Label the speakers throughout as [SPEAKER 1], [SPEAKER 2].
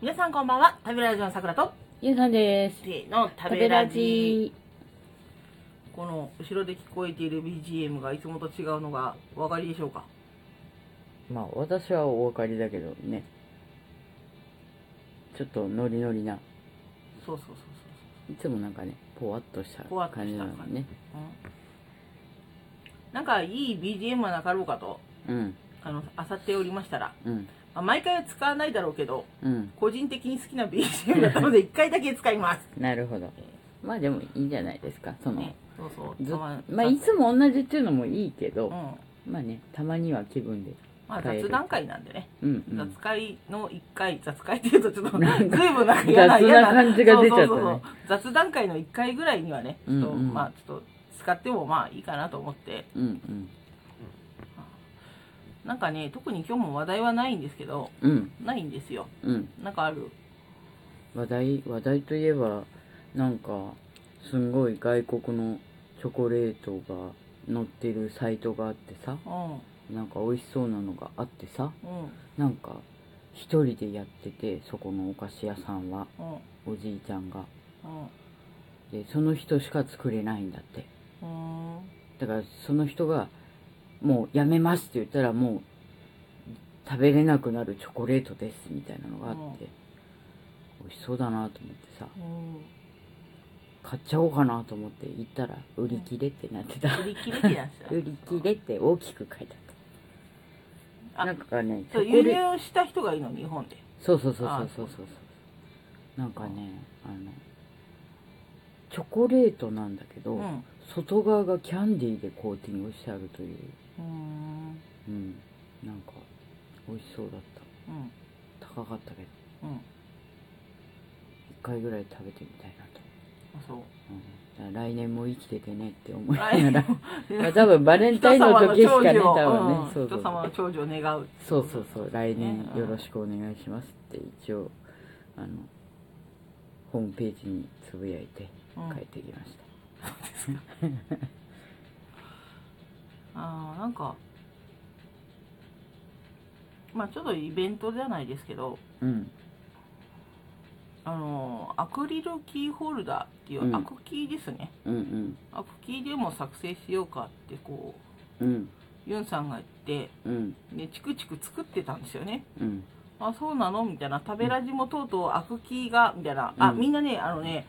[SPEAKER 1] 皆さんこんばんは食べラジのさくらと
[SPEAKER 2] ゆうさんです。
[SPEAKER 1] せーの食
[SPEAKER 2] 食
[SPEAKER 1] べ
[SPEAKER 2] べ
[SPEAKER 1] ラ
[SPEAKER 2] ラ
[SPEAKER 1] ジ
[SPEAKER 2] ジ
[SPEAKER 1] この後ろで聞こえている BGM がいつもと違うのがお分かりでしょうか
[SPEAKER 2] まあ、私はお分かりだけどね。ちょっとノリノリな。
[SPEAKER 1] そうそうそう
[SPEAKER 2] いつもなんかね、ぽわっとした
[SPEAKER 1] ぽわっとした
[SPEAKER 2] 感じなのがね。
[SPEAKER 1] そう、うん、なんかいい BGM はなかろうかと
[SPEAKER 2] うん、
[SPEAKER 1] あの漁っておりましたら、
[SPEAKER 2] うん、
[SPEAKER 1] まあ、毎回は使わないだろうけど
[SPEAKER 2] うん。
[SPEAKER 1] 個人的に好きな BGM だった ので1回だけ使います
[SPEAKER 2] なるほど。まあでもいいんじゃないですか。その
[SPEAKER 1] ね、そうそう
[SPEAKER 2] ず
[SPEAKER 1] た
[SPEAKER 2] ま
[SPEAKER 1] ま
[SPEAKER 2] あいつも同じっていうのもいいけ
[SPEAKER 1] うん
[SPEAKER 2] ど、まあね、たまには気分で。
[SPEAKER 1] まあ、雑談会なんでね
[SPEAKER 2] うん、う
[SPEAKER 1] 雑
[SPEAKER 2] ん。
[SPEAKER 1] 会の1回雑会っていうとちょっとず
[SPEAKER 2] ないんか
[SPEAKER 1] ぶんなんか嫌な
[SPEAKER 2] 雑な
[SPEAKER 1] 嫌な
[SPEAKER 2] 感じが出ちゃったね
[SPEAKER 1] そうそうそう雑談会の1回ぐらいにはねちょっと、
[SPEAKER 2] うんうん
[SPEAKER 1] まあちょっと使ってもまあいいかなと思って
[SPEAKER 2] うん、
[SPEAKER 1] なんかね特に今日も話題はないんですけど
[SPEAKER 2] うん。うん、
[SPEAKER 1] ないんですよ
[SPEAKER 2] うん。
[SPEAKER 1] なんかある
[SPEAKER 2] 話題、話題といえば、なんか、すんごい外国のチョコレートが載ってるサイトがあってさ。
[SPEAKER 1] うんうん
[SPEAKER 2] なんか美味しそうなのがあってさなんか一人でやっててそこのお菓子屋さんは
[SPEAKER 1] うん
[SPEAKER 2] おじいちゃんが
[SPEAKER 1] うん
[SPEAKER 2] でその人しか作れないんだって
[SPEAKER 1] うん
[SPEAKER 2] だからその人が「もうやめます」って言ったらもう食べれなくなるチョコレートですみたいなのがあって美味しそうだなと思ってさ
[SPEAKER 1] うん
[SPEAKER 2] 買っちゃおうかなと思って行ったら売り切れってなってた
[SPEAKER 1] 売り切れてやん
[SPEAKER 2] 売り切れって大きく書いてあ
[SPEAKER 1] あ
[SPEAKER 2] ったなんかねチ
[SPEAKER 1] そう
[SPEAKER 2] ョコ
[SPEAKER 1] 輸
[SPEAKER 2] レート
[SPEAKER 1] 入した人がいいの日本で
[SPEAKER 2] そうそうそう
[SPEAKER 1] あ
[SPEAKER 2] そうそうそうそうなんかねあのチョコレートなんだけど、
[SPEAKER 1] うん
[SPEAKER 2] 外側がキャンディーでコーティングしてあるという
[SPEAKER 1] うん
[SPEAKER 2] うんなんか美味しそうだった
[SPEAKER 1] うん
[SPEAKER 2] 高かったけど
[SPEAKER 1] うん
[SPEAKER 2] 1回ぐらい食べてみたいなと、
[SPEAKER 1] あ そう
[SPEAKER 2] うん、だから来年も生きててねって思いな
[SPEAKER 1] 来
[SPEAKER 2] がら
[SPEAKER 1] 年
[SPEAKER 2] まあ多分バレンタインの時しかね多
[SPEAKER 1] 人
[SPEAKER 2] 分
[SPEAKER 1] 様
[SPEAKER 2] ね
[SPEAKER 1] の
[SPEAKER 2] そ
[SPEAKER 1] 長寿をうん
[SPEAKER 2] うそ
[SPEAKER 1] 人
[SPEAKER 2] う
[SPEAKER 1] 様の長寿を願う
[SPEAKER 2] そうそうそう来年
[SPEAKER 1] ね
[SPEAKER 2] よろしくお願いしますって一応あのホームページにつぶやいて
[SPEAKER 1] うん
[SPEAKER 2] 帰ってきました、
[SPEAKER 1] あーなんかまあちょっとイベントじゃないですけど
[SPEAKER 2] うん
[SPEAKER 1] あのーアクリルキーホルダーっていう、
[SPEAKER 2] うん
[SPEAKER 1] アクキーですね
[SPEAKER 2] うんうん
[SPEAKER 1] アクキーでも作成しようかってこ
[SPEAKER 2] うん
[SPEAKER 1] うユンさんが言って
[SPEAKER 2] うん
[SPEAKER 1] ねチクチク作ってたんですよね
[SPEAKER 2] うん
[SPEAKER 1] あそうなのみたいな食べラジもとうとうアクキーがみたいな、あ
[SPEAKER 2] うん
[SPEAKER 1] みんなねあのね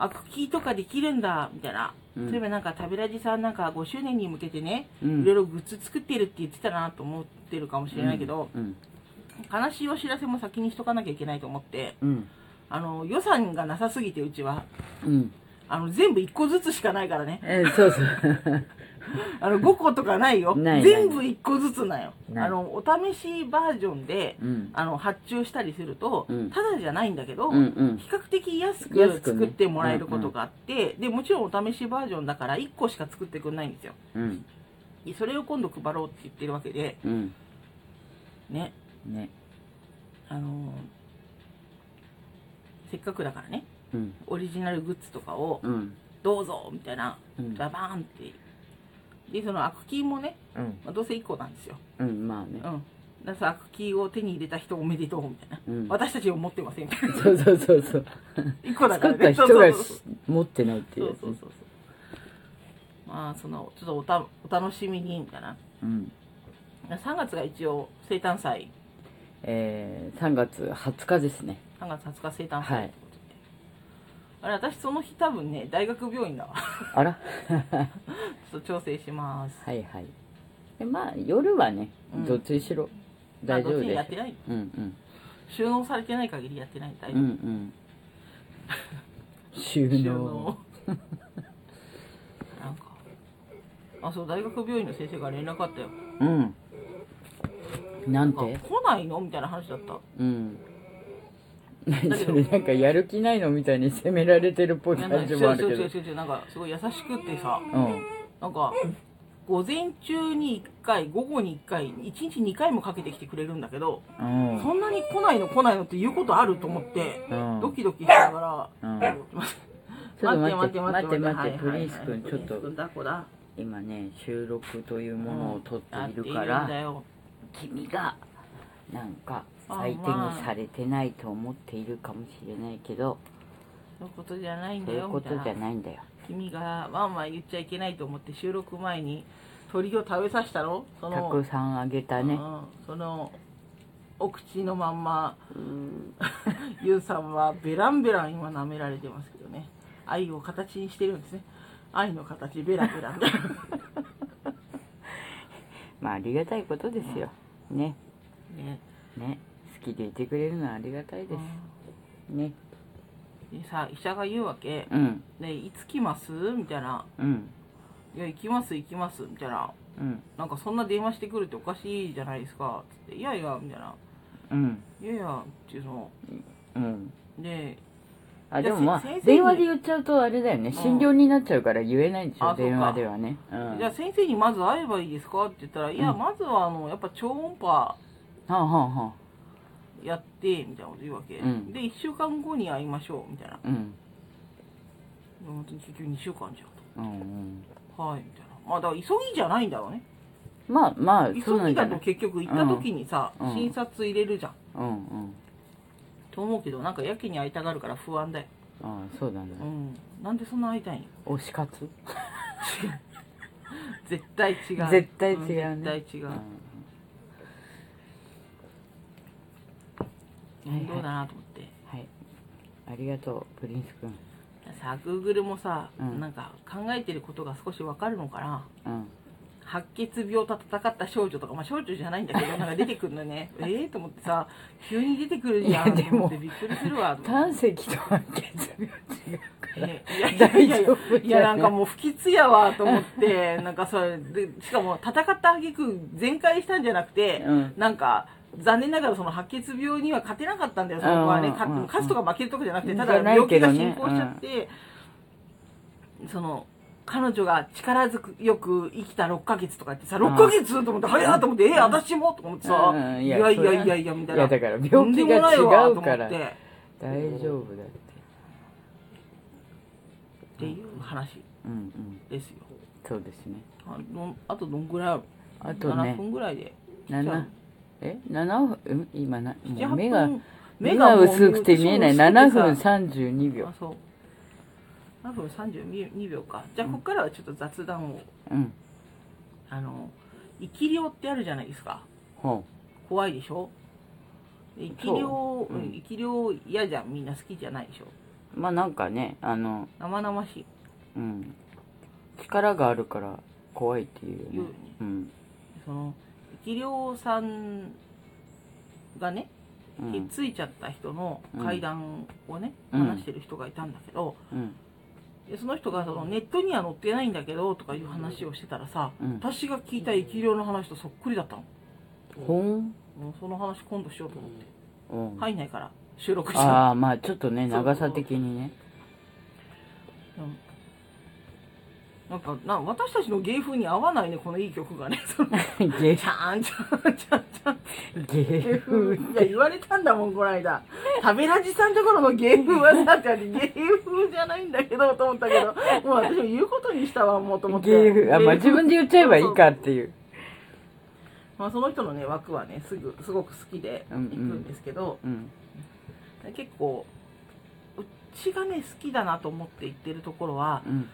[SPEAKER 1] アクキーとかできるんだみたいな、
[SPEAKER 2] うん
[SPEAKER 1] そういえばなんか食べラジさんなんか5周年に向けてね
[SPEAKER 2] うん
[SPEAKER 1] いろいろグッズ作ってるって言ってたなと思ってるかもしれないけど、
[SPEAKER 2] うん
[SPEAKER 1] 悲しいお知らせも先にしとかなきゃいけないと思って
[SPEAKER 2] うん
[SPEAKER 1] あの予算がなさすぎてうちは
[SPEAKER 2] うん
[SPEAKER 1] あの全部1個ずつしかないからね
[SPEAKER 2] えーそうそう
[SPEAKER 1] あの5個とかないよ
[SPEAKER 2] ないない
[SPEAKER 1] 全部1個ずつなんよ
[SPEAKER 2] ない
[SPEAKER 1] あのお試しバージョンで、
[SPEAKER 2] うん
[SPEAKER 1] あの発注したりすると、
[SPEAKER 2] うん
[SPEAKER 1] ただじゃないんだけど、
[SPEAKER 2] うんうん
[SPEAKER 1] 比較的安
[SPEAKER 2] 安
[SPEAKER 1] く
[SPEAKER 2] くね
[SPEAKER 1] 作ってもらえることがあって、でもちろんお試しバージョンだから1個しか作ってくれないんですよ
[SPEAKER 2] うん
[SPEAKER 1] でそれを今度配ろうって言ってるわけで
[SPEAKER 2] うん
[SPEAKER 1] ね
[SPEAKER 2] ね
[SPEAKER 1] あのせっかくだからね
[SPEAKER 2] うん
[SPEAKER 1] オリジナルグッズとかを
[SPEAKER 2] うん
[SPEAKER 1] どうぞみたいな
[SPEAKER 2] うん
[SPEAKER 1] ババーンってでそのアクキーもね、
[SPEAKER 2] うん
[SPEAKER 1] まあどうせ1個なんですよ、
[SPEAKER 2] うんまあ
[SPEAKER 1] う
[SPEAKER 2] ね
[SPEAKER 1] ん、だからそのアクキーを手に入れた人おめでとうみたいな、
[SPEAKER 2] うん
[SPEAKER 1] 私たちを持ってませんみ たいな
[SPEAKER 2] そうそうそうそう
[SPEAKER 1] 1個だか
[SPEAKER 2] 作
[SPEAKER 1] ら
[SPEAKER 2] った
[SPEAKER 1] ね
[SPEAKER 2] 人が
[SPEAKER 1] そうそうそう
[SPEAKER 2] し持ってないって
[SPEAKER 1] そ
[SPEAKER 2] い
[SPEAKER 1] うう
[SPEAKER 2] やつ
[SPEAKER 1] そうそうそうまあそのちょっとおたお楽しみにみたいな
[SPEAKER 2] うん
[SPEAKER 1] 3月が一応生誕祭
[SPEAKER 2] えー、3月20日ですね
[SPEAKER 1] 3月20日生誕
[SPEAKER 2] は
[SPEAKER 1] 祭
[SPEAKER 2] い
[SPEAKER 1] ってことで、あれ私その日多分ね大学病院だわ
[SPEAKER 2] あら
[SPEAKER 1] ちょっと調整します
[SPEAKER 2] はいはいでまあ夜はね
[SPEAKER 1] うん
[SPEAKER 2] どっちにしろ大丈夫
[SPEAKER 1] あどっちに
[SPEAKER 2] で
[SPEAKER 1] や
[SPEAKER 2] す
[SPEAKER 1] ってない
[SPEAKER 2] うんうん
[SPEAKER 1] 収納されてない限りやってない大
[SPEAKER 2] う
[SPEAKER 1] 丈夫、
[SPEAKER 2] んうん収納
[SPEAKER 1] 収納なんかあそう大学病院の先生が連絡あったよ
[SPEAKER 2] うんなん
[SPEAKER 1] なん
[SPEAKER 2] て
[SPEAKER 1] か来ないのみたいな話だった
[SPEAKER 2] うん
[SPEAKER 1] ど
[SPEAKER 2] 何 それなんかやる気ないのみたいに責められてるっぽい
[SPEAKER 1] いやな
[SPEAKER 2] 感
[SPEAKER 1] ん
[SPEAKER 2] じ
[SPEAKER 1] か
[SPEAKER 2] もあ
[SPEAKER 1] 違う
[SPEAKER 2] る
[SPEAKER 1] 違う
[SPEAKER 2] け
[SPEAKER 1] 違う違うなんかすごい優しくてさ、
[SPEAKER 2] どうん
[SPEAKER 1] なんか、午前中に1回、午後に1回、1日2回もかけてきてくれるんだけど、
[SPEAKER 2] うん
[SPEAKER 1] そんなに来ないの来ないのって言うことあると思って、
[SPEAKER 2] うん
[SPEAKER 1] ドキドキしながら、
[SPEAKER 2] うん
[SPEAKER 1] ちょ
[SPEAKER 2] ちょっと待って
[SPEAKER 1] 待
[SPEAKER 2] 待
[SPEAKER 1] っ
[SPEAKER 2] ってて
[SPEAKER 1] 待
[SPEAKER 2] 待
[SPEAKER 1] っ
[SPEAKER 2] ってて
[SPEAKER 1] プ
[SPEAKER 2] プ
[SPEAKER 1] リ
[SPEAKER 2] リ
[SPEAKER 1] ン
[SPEAKER 2] ン
[SPEAKER 1] ス
[SPEAKER 2] ス
[SPEAKER 1] 君
[SPEAKER 2] 君ちょっと
[SPEAKER 1] だこだ。
[SPEAKER 2] 今ね収録というものを撮っている
[SPEAKER 1] うん
[SPEAKER 2] か
[SPEAKER 1] やっているんだ
[SPEAKER 2] ら
[SPEAKER 1] よ
[SPEAKER 2] 君がなんか
[SPEAKER 1] あ
[SPEAKER 2] 相手に
[SPEAKER 1] まあ
[SPEAKER 2] されてないと思っているかもしれないけど
[SPEAKER 1] そういうことじゃないんだ
[SPEAKER 2] そういう
[SPEAKER 1] よみ
[SPEAKER 2] こ
[SPEAKER 1] たい
[SPEAKER 2] と
[SPEAKER 1] な
[SPEAKER 2] じゃないんだよ
[SPEAKER 1] 君がワンワン言っちゃいけないと思って収録前に鳥を食べさせたろそ
[SPEAKER 2] た
[SPEAKER 1] の
[SPEAKER 2] くさんあげたね
[SPEAKER 1] うんそのお口のまんま
[SPEAKER 2] うん
[SPEAKER 1] ユウさんはベランベラン今舐められてますけどね愛を形にしてるんですね愛の形ベラベ ラ
[SPEAKER 2] まあありがたいことですよね
[SPEAKER 1] ね
[SPEAKER 2] ね好きでいてくれるのはありがたいですね
[SPEAKER 1] でさ医者が言うわけ
[SPEAKER 2] うん
[SPEAKER 1] 「ねいつ来ます?」みたいな
[SPEAKER 2] うん
[SPEAKER 1] 「いや行きます行きます」みたいな
[SPEAKER 2] うん
[SPEAKER 1] 「なんかそんな電話してくるっておかしいじゃないですか」つって「いやいや」みたいな
[SPEAKER 2] うん
[SPEAKER 1] 「いやいや」っていうの
[SPEAKER 2] うん
[SPEAKER 1] で
[SPEAKER 2] あ
[SPEAKER 1] じ
[SPEAKER 2] で
[SPEAKER 1] ゃあ
[SPEAKER 2] もま
[SPEAKER 1] せ先生
[SPEAKER 2] あ
[SPEAKER 1] に
[SPEAKER 2] 電話で言っちゃうとあれだよね診療になっちゃうから言えないんでし
[SPEAKER 1] あ
[SPEAKER 2] ょ
[SPEAKER 1] そうか
[SPEAKER 2] 電話ではねうん
[SPEAKER 1] じゃあ先生にまず会えばいいですかって言ったら、いや、
[SPEAKER 2] うん
[SPEAKER 1] まずはあの、やっぱ超音波
[SPEAKER 2] はあはあはあ
[SPEAKER 1] やって、みたいなこと言うわけ。
[SPEAKER 2] うん
[SPEAKER 1] で、1週間後に会いましょう、みたいな。
[SPEAKER 2] うん
[SPEAKER 1] 本当に結局2週間じゃ
[SPEAKER 2] うんうん
[SPEAKER 1] んと。はい、みたいな。まあ、だから急ぎじゃないんだろうね。
[SPEAKER 2] まあまあそう
[SPEAKER 1] 急
[SPEAKER 2] なん
[SPEAKER 1] ぎ
[SPEAKER 2] じゃ
[SPEAKER 1] だ
[SPEAKER 2] な
[SPEAKER 1] と
[SPEAKER 2] い
[SPEAKER 1] 結局行った時にさ、
[SPEAKER 2] うん
[SPEAKER 1] 診察入れるじゃん。
[SPEAKER 2] うんうん
[SPEAKER 1] と思うけど、なんかやけに会いたがるから不安だよ。
[SPEAKER 2] ああそうだね
[SPEAKER 1] うん。なんでそんな会いたいんよ
[SPEAKER 2] 推し活
[SPEAKER 1] 絶対違う。
[SPEAKER 2] 絶対違うね
[SPEAKER 1] ん絶対違う。
[SPEAKER 2] うんはいはい
[SPEAKER 1] どうだなと思って。
[SPEAKER 2] はいありがとうプリンス君
[SPEAKER 1] さあ、Google もさ、
[SPEAKER 2] うん
[SPEAKER 1] なんか考えてることが少しわかるのかな。
[SPEAKER 2] うん
[SPEAKER 1] 白血病と戦った少女とか、まあ、少女じゃないんだけど、なんか出てくるのね。 ええと思ってさ、急に出てくるじゃん。
[SPEAKER 2] いやでも
[SPEAKER 1] と思ってびっくりするわ。と思って
[SPEAKER 2] 胆石とは血病違うから
[SPEAKER 1] えいやいやいや
[SPEAKER 2] 大丈夫じゃない
[SPEAKER 1] いやなんかもう不吉やわと思って、なんかそれで、しかも戦った挙句全開したんじゃなくて、
[SPEAKER 2] うん
[SPEAKER 1] なんか、残念ながらその白血病には勝てなかったんだよ、その子はね。
[SPEAKER 2] うんうんうんうん
[SPEAKER 1] 勝つ勝つとか負けるとかじゃなくて、ただ
[SPEAKER 2] じゃない
[SPEAKER 1] 病気
[SPEAKER 2] けど
[SPEAKER 1] が
[SPEAKER 2] ね
[SPEAKER 1] 進行しちゃって、その、彼女が力ずくよく生きた6ヶ月とか言ってさ、6ヶ月と思って、早いと思って、えー、私もと思ってさ、
[SPEAKER 2] うんうん
[SPEAKER 1] い
[SPEAKER 2] い
[SPEAKER 1] やいや
[SPEAKER 2] や
[SPEAKER 1] い
[SPEAKER 2] それ
[SPEAKER 1] やいやいや、みたい
[SPEAKER 2] い
[SPEAKER 1] な。
[SPEAKER 2] やだから病
[SPEAKER 1] とんで
[SPEAKER 2] 気
[SPEAKER 1] も
[SPEAKER 2] が
[SPEAKER 1] ない
[SPEAKER 2] 違う
[SPEAKER 1] わと思っ
[SPEAKER 2] か
[SPEAKER 1] て
[SPEAKER 2] ら
[SPEAKER 1] っ
[SPEAKER 2] 大丈夫だって
[SPEAKER 1] ていう話
[SPEAKER 2] うんうん
[SPEAKER 1] ですよ。
[SPEAKER 2] そうですね
[SPEAKER 1] あどんあとどんぐらいある
[SPEAKER 2] あとね
[SPEAKER 1] 7分ぐらいでじゃあ
[SPEAKER 2] 7え七7分ん今なも
[SPEAKER 1] 78
[SPEAKER 2] う目が
[SPEAKER 1] 分
[SPEAKER 2] 目が
[SPEAKER 1] もう
[SPEAKER 2] 薄くて見えない
[SPEAKER 1] そう
[SPEAKER 2] 7
[SPEAKER 1] そう薄
[SPEAKER 2] 分
[SPEAKER 1] くてさ
[SPEAKER 2] 32秒
[SPEAKER 1] あそう7分32秒かじゃあここからはちょっと雑談を、
[SPEAKER 2] うん
[SPEAKER 1] あの生き量ってあるじゃないですか
[SPEAKER 2] ほ
[SPEAKER 1] 怖いでしょ生き量、
[SPEAKER 2] そううん
[SPEAKER 1] うん生き量嫌じゃんみんな好きじゃないでしょ
[SPEAKER 2] うまあなんかねあの
[SPEAKER 1] 生々しい
[SPEAKER 2] うん力があるから怖いっていうよね
[SPEAKER 1] 言うよね
[SPEAKER 2] うん
[SPEAKER 1] その生き量さんがね、
[SPEAKER 2] う
[SPEAKER 1] ひっ
[SPEAKER 2] ん
[SPEAKER 1] ついちゃった人の階段をね、
[SPEAKER 2] うん
[SPEAKER 1] 話してる人がいたんだけど、
[SPEAKER 2] うん
[SPEAKER 1] でその人がそのネットには載ってないんだけどとかいう話をしてたらさ、
[SPEAKER 2] うん
[SPEAKER 1] 私が聞いた生き量の話とそっくりだったの
[SPEAKER 2] ほん
[SPEAKER 1] もうその話今度しようと思って
[SPEAKER 2] うん
[SPEAKER 1] 入んないから収録しちゃ
[SPEAKER 2] ああまあちょっとね
[SPEAKER 1] そう
[SPEAKER 2] 長さ的にね
[SPEAKER 1] う、うんなんかな私たちの芸風に合わないねこのいい曲がねその
[SPEAKER 2] 芸
[SPEAKER 1] ちゃんちゃんちゃんちゃんって芸
[SPEAKER 2] 芸
[SPEAKER 1] 風
[SPEAKER 2] 風
[SPEAKER 1] いや言われたんだもんこの間食べラジさんところの芸風はさって言われて芸風じゃないんだけどと思ったけどもう私も言うことにしたわもうと思って
[SPEAKER 2] 芸風あまあ自分で言っちゃえばいいかっていう
[SPEAKER 1] まあ、その人のね枠はねすぐすごく好きで行く
[SPEAKER 2] うんうん
[SPEAKER 1] んですけど、
[SPEAKER 2] うん
[SPEAKER 1] 結構うちがね好きだなと思って行ってるところは
[SPEAKER 2] うん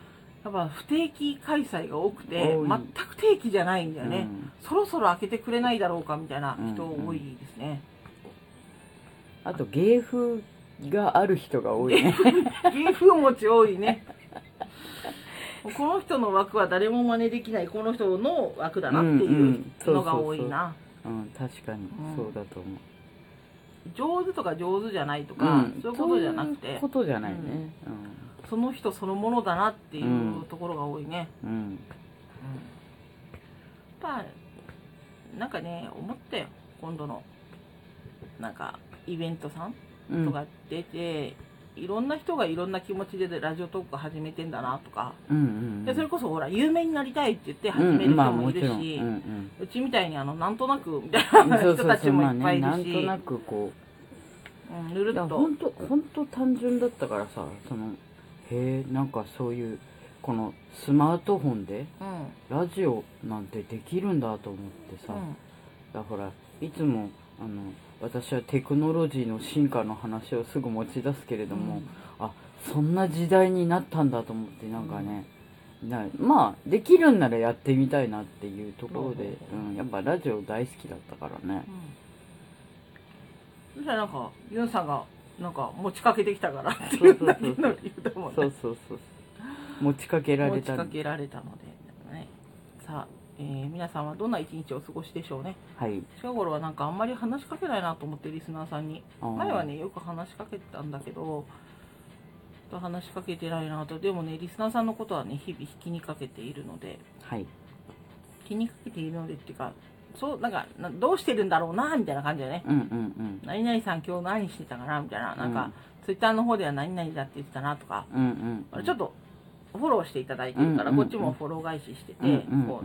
[SPEAKER 1] やっぱ不定期開催が多くて
[SPEAKER 2] 多い
[SPEAKER 1] 全く定期じゃないんだよね、
[SPEAKER 2] うん
[SPEAKER 1] そろそろ開けてくれないだろうかみたいな人多いですね、
[SPEAKER 2] あと芸風がある人が多いね
[SPEAKER 1] 芸風持ち多いね この人の枠は誰も真似できないこの人の枠だなっていうのが多いな
[SPEAKER 2] うん確かに
[SPEAKER 1] うん
[SPEAKER 2] そうだと思う
[SPEAKER 1] 上手とか上手じゃないとか、
[SPEAKER 2] うん
[SPEAKER 1] そういうことじゃなく
[SPEAKER 2] そうい
[SPEAKER 1] て
[SPEAKER 2] うことじゃないね
[SPEAKER 1] その人そのものだなっていううんところが多いね、
[SPEAKER 2] うんうん
[SPEAKER 1] うん、やっぱなんかね思ったよ今度のなんかイベントさん
[SPEAKER 2] うん
[SPEAKER 1] とか出て、いろんな人がいろんな気持ちでラジオトーク始めてんだなとか、
[SPEAKER 2] うんうんう
[SPEAKER 1] で
[SPEAKER 2] ん
[SPEAKER 1] それこそほら有名になりたいって言って始
[SPEAKER 2] うん
[SPEAKER 1] める人
[SPEAKER 2] まあ
[SPEAKER 1] もいるし、う
[SPEAKER 2] もちろんうんうん
[SPEAKER 1] ちみたいにあのなんとなくみたいな 人たちもいっぱいいる
[SPEAKER 2] まあね、
[SPEAKER 1] し、
[SPEAKER 2] なんとなくこ
[SPEAKER 1] うん、ぬるっ
[SPEAKER 2] ういや
[SPEAKER 1] と
[SPEAKER 2] 本当本当単純だったからさそのへえなんかそういうこのスマートフォンで
[SPEAKER 1] うん
[SPEAKER 2] ラジオなんてできるんだと思ってさ、
[SPEAKER 1] うん
[SPEAKER 2] だからいつもあの私はテクノロジーの進化の話をすぐ持ち出すけれども、
[SPEAKER 1] うん
[SPEAKER 2] あそんな時代になったんだと思ってなんかね、なまあできるんならやってみたいなっていうところで、
[SPEAKER 1] うん
[SPEAKER 2] うん、やっぱラジオ大好きだったからね
[SPEAKER 1] そしたらなんかユンさんがなんか持ちかけてきた からっていうだけの理由だもんね
[SPEAKER 2] そうそうそう持ちかけら
[SPEAKER 1] 持
[SPEAKER 2] れ
[SPEAKER 1] ち
[SPEAKER 2] た
[SPEAKER 1] かけられたので、ね、さあ、えー皆さんはどんな一日をお過ごしでしょうね
[SPEAKER 2] はい
[SPEAKER 1] 近頃はなんかあんまり話しかけないなと思ってリスナーさんに
[SPEAKER 2] あー
[SPEAKER 1] 前はねよく話しかけてたんだけどちょっと話しかけてないなとでもねリスナーさんのことはね日々気にかけているので
[SPEAKER 2] はい
[SPEAKER 1] 気にかけているのでっていうかそうなんかなどうしてるんだろうなみたいな感じでね
[SPEAKER 2] うんうん
[SPEAKER 1] 何々さん今日何してたかなみたいななんか、
[SPEAKER 2] うん
[SPEAKER 1] ツイッターの方では何々だって言ってたなとか、
[SPEAKER 2] うんうんうん
[SPEAKER 1] ちょっとフォローしていただいてるから、
[SPEAKER 2] うんうんうん
[SPEAKER 1] こっちもフォロー返ししてて、
[SPEAKER 2] うんうん
[SPEAKER 1] こう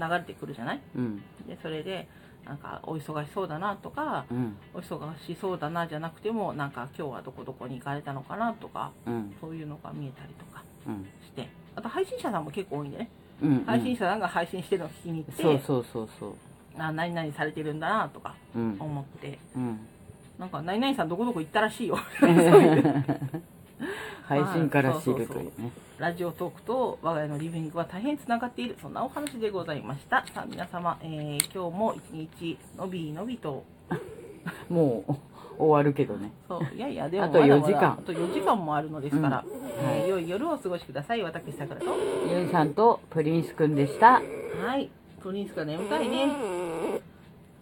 [SPEAKER 1] 流れてくるじゃない
[SPEAKER 2] うん
[SPEAKER 1] でそれでなんかお忙しそうだなとか
[SPEAKER 2] うん
[SPEAKER 1] お忙しそうだなじゃなくてもなんか今日はどこどこに行かれたのかなとか
[SPEAKER 2] うん
[SPEAKER 1] そういうのが見えたりとか
[SPEAKER 2] うん
[SPEAKER 1] してあと配信者さんも結構多いんでね、
[SPEAKER 2] うんうん
[SPEAKER 1] 配信者さんが配信してるのを聞きに行って
[SPEAKER 2] そうそうそうそう
[SPEAKER 1] あ何々されてるんだなとか
[SPEAKER 2] うん
[SPEAKER 1] 思って
[SPEAKER 2] うん
[SPEAKER 1] なんか何々さんどこどこ行ったらしいよ
[SPEAKER 2] 配信から知るというね
[SPEAKER 1] ラジオトークと我が家のリビングは大変つながっているそんなお話でございましたさあ皆様、えー今日も一日のびのびと
[SPEAKER 2] もうお終わるけどね
[SPEAKER 1] そういやいやでも
[SPEAKER 2] あと
[SPEAKER 1] まだまだ
[SPEAKER 2] 4時間
[SPEAKER 1] あと4時間もあるのですから、
[SPEAKER 2] うんはい
[SPEAKER 1] えー良い夜をお過ごしください私さくらと
[SPEAKER 2] ユンさんとプリンスくんでした
[SPEAKER 1] はいプリンスが眠たいね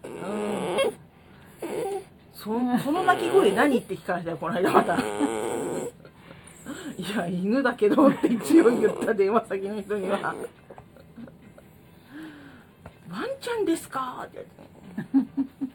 [SPEAKER 1] うんそその鳴き声何って聞かれたよこの間また いや犬だけどって一応言った電話先の人には「ワンちゃんですか?」って言われて